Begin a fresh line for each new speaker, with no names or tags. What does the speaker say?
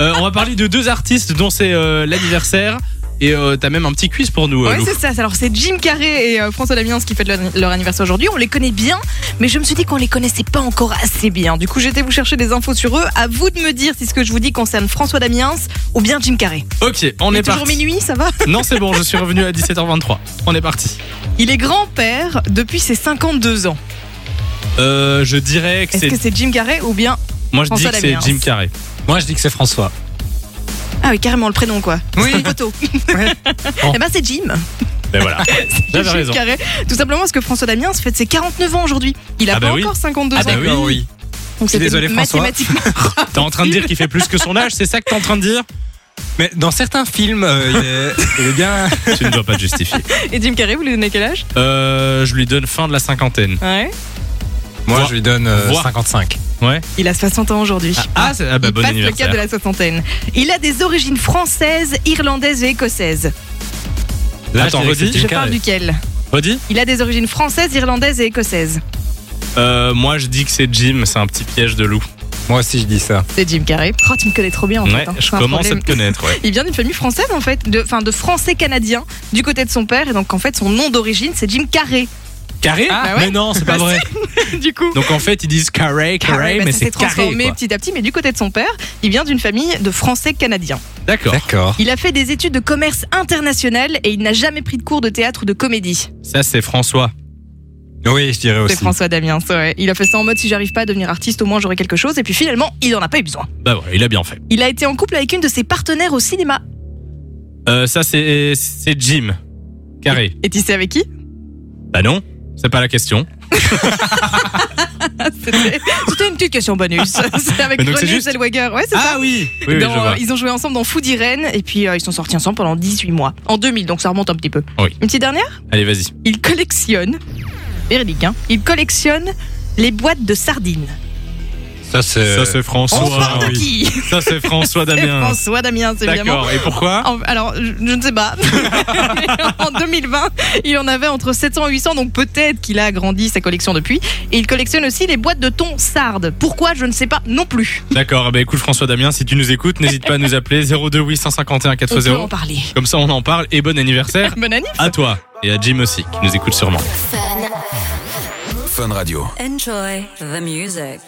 Euh, on va parler de deux artistes dont c'est euh, l'anniversaire. Et euh, t'as même un petit quiz pour nous, euh,
Ouais,
Lou.
c'est ça. Alors, c'est Jim Carrey et euh, François Damiens qui fêtent leur, leur anniversaire aujourd'hui. On les connaît bien, mais je me suis dit qu'on les connaissait pas encore assez bien. Du coup, j'étais vous chercher des infos sur eux. À vous de me dire si ce que je vous dis concerne François Damiens ou bien Jim Carrey.
Ok, on
Il
est
est toujours
parti.
minuit, ça va
Non, c'est bon, je suis revenu à 17h23. On est parti.
Il est grand-père depuis ses 52 ans.
Euh, je dirais que
Est-ce
c'est.
que c'est Jim Carrey ou bien.
Moi, je dis
François hein.
que c'est
Damiens
Jim Carrey.
Moi, je dis que c'est François.
Ah oui, carrément le prénom, quoi.
Oui.
C'est photo.
Ouais.
Eh ben, c'est Jim.
Ben voilà. J'avais
Jim
raison.
Carrey. Tout simplement parce que François Damiens fête ses 49 ans aujourd'hui. Il a
Ah bah
pas
oui.
encore 52 ans.
bah oui.
Donc, c'était
Désolé, François.
mathématiquement.
T'es en train de dire qu'il fait plus que son âge, c'est ça que t'es en train de dire
Mais dans certains films, euh, il, est, il est bien.
Tu ne dois pas te justifier.
Et Jim Carrey, vous lui donnez quel âge
Euh, je lui donne fin de la cinquantaine.
Ouais.
Moi,
Voir.
je lui donne euh,
Voir.
55.
Ouais.
Il a 60 ans aujourd'hui.
Ah, c'est- ah bah,
Il
bon
passe le cap
anniversaire.
de la soixantaine. Il a des origines françaises, irlandaises et écossaises.
Là,
Attends,
je dirais que
redis.
c'est Jim
Je parle
Carrey.
duquel
Redis
Il a des origines françaises, irlandaises et écossaises.
Euh, Moi, je dis que c'est Jim, c'est un petit piège de loup.
Moi aussi, je dis ça.
C'est Jim Carrey. Oh, tu me connais trop bien en
Ouais,
fait. hein.
je
C'est un
commence à
problème.
te connaître, ouais.
Il vient d'une famille française en fait, de, enfin de français canadiens du côté de son père et donc en fait son nom d'origine c'est Jim Carrey.
Carré
Bah ouais.
Mais non, c'est pas
Bah
vrai.
Du coup,
Donc en fait, ils disent carré,
Carrey,
carré,
bah,
mais
ça s'est
c'est carré.
transformé
quoi.
petit à petit, mais du côté de son père, il vient d'une famille de français canadiens.
D'accord.
D'accord.
Il a fait des études de commerce international et il n'a jamais pris de cours de théâtre ou de comédie.
Ça, c'est François.
Oui, je dirais
C'est
aussi.
François Damiens, ouais. Il a fait ça en mode si j'arrive pas à devenir artiste, au moins j'aurai quelque chose. Et puis finalement, il en a pas eu besoin.
Bah voilà, il a bien fait.
Il a été en couple avec une de ses partenaires au cinéma.
Euh, ça, c'est c'est Jim. Carré.
Et tu sais avec qui
Bah non, c'est pas la question.
Ah, C'était c'était une petite question bonus. C'est avec
Mais donc
René
c'est juste-
Zellweger. Ouais, c'est ça.
Ah oui Oui, oui, je
Dans-
vois.
Ils ont joué ensemble dans Fou d'Irène et puis euh, ils sont sortis ensemble pendant 18 mois. En 2000, donc ça remonte un petit peu.
Oui.
Une petite dernière
Allez, vas-y.
Il collectionne, véridique, hein, il collectionne les boîtes de sardines.
Ça, c'est.
Ça, c'est
On
François. Ah
parle de
oui.
qui
Ça, c'est François
C'est
Damien.
François Damien, c'est évidemment.
D'accord. Et pourquoi
En- Alors, je, je ne sais pas. en 2020, il en avait entre 700 et 800, donc peut-être qu'il a agrandi sa collection depuis. Et il collectionne aussi les boîtes de thon sardes. Pourquoi Je ne sais pas non plus.
D'accord. eh ben, écoute, François Damien, si tu nous écoutes, n'hésite pas à nous appeler 02 851
On peut
400.
en parler.
Comme ça, on en parle. Et bon anniversaire
Bonne année
à toi et à Jim aussi, qui nous écoute sûrement.
Fun.
Fun Radio.
Enjoy the music.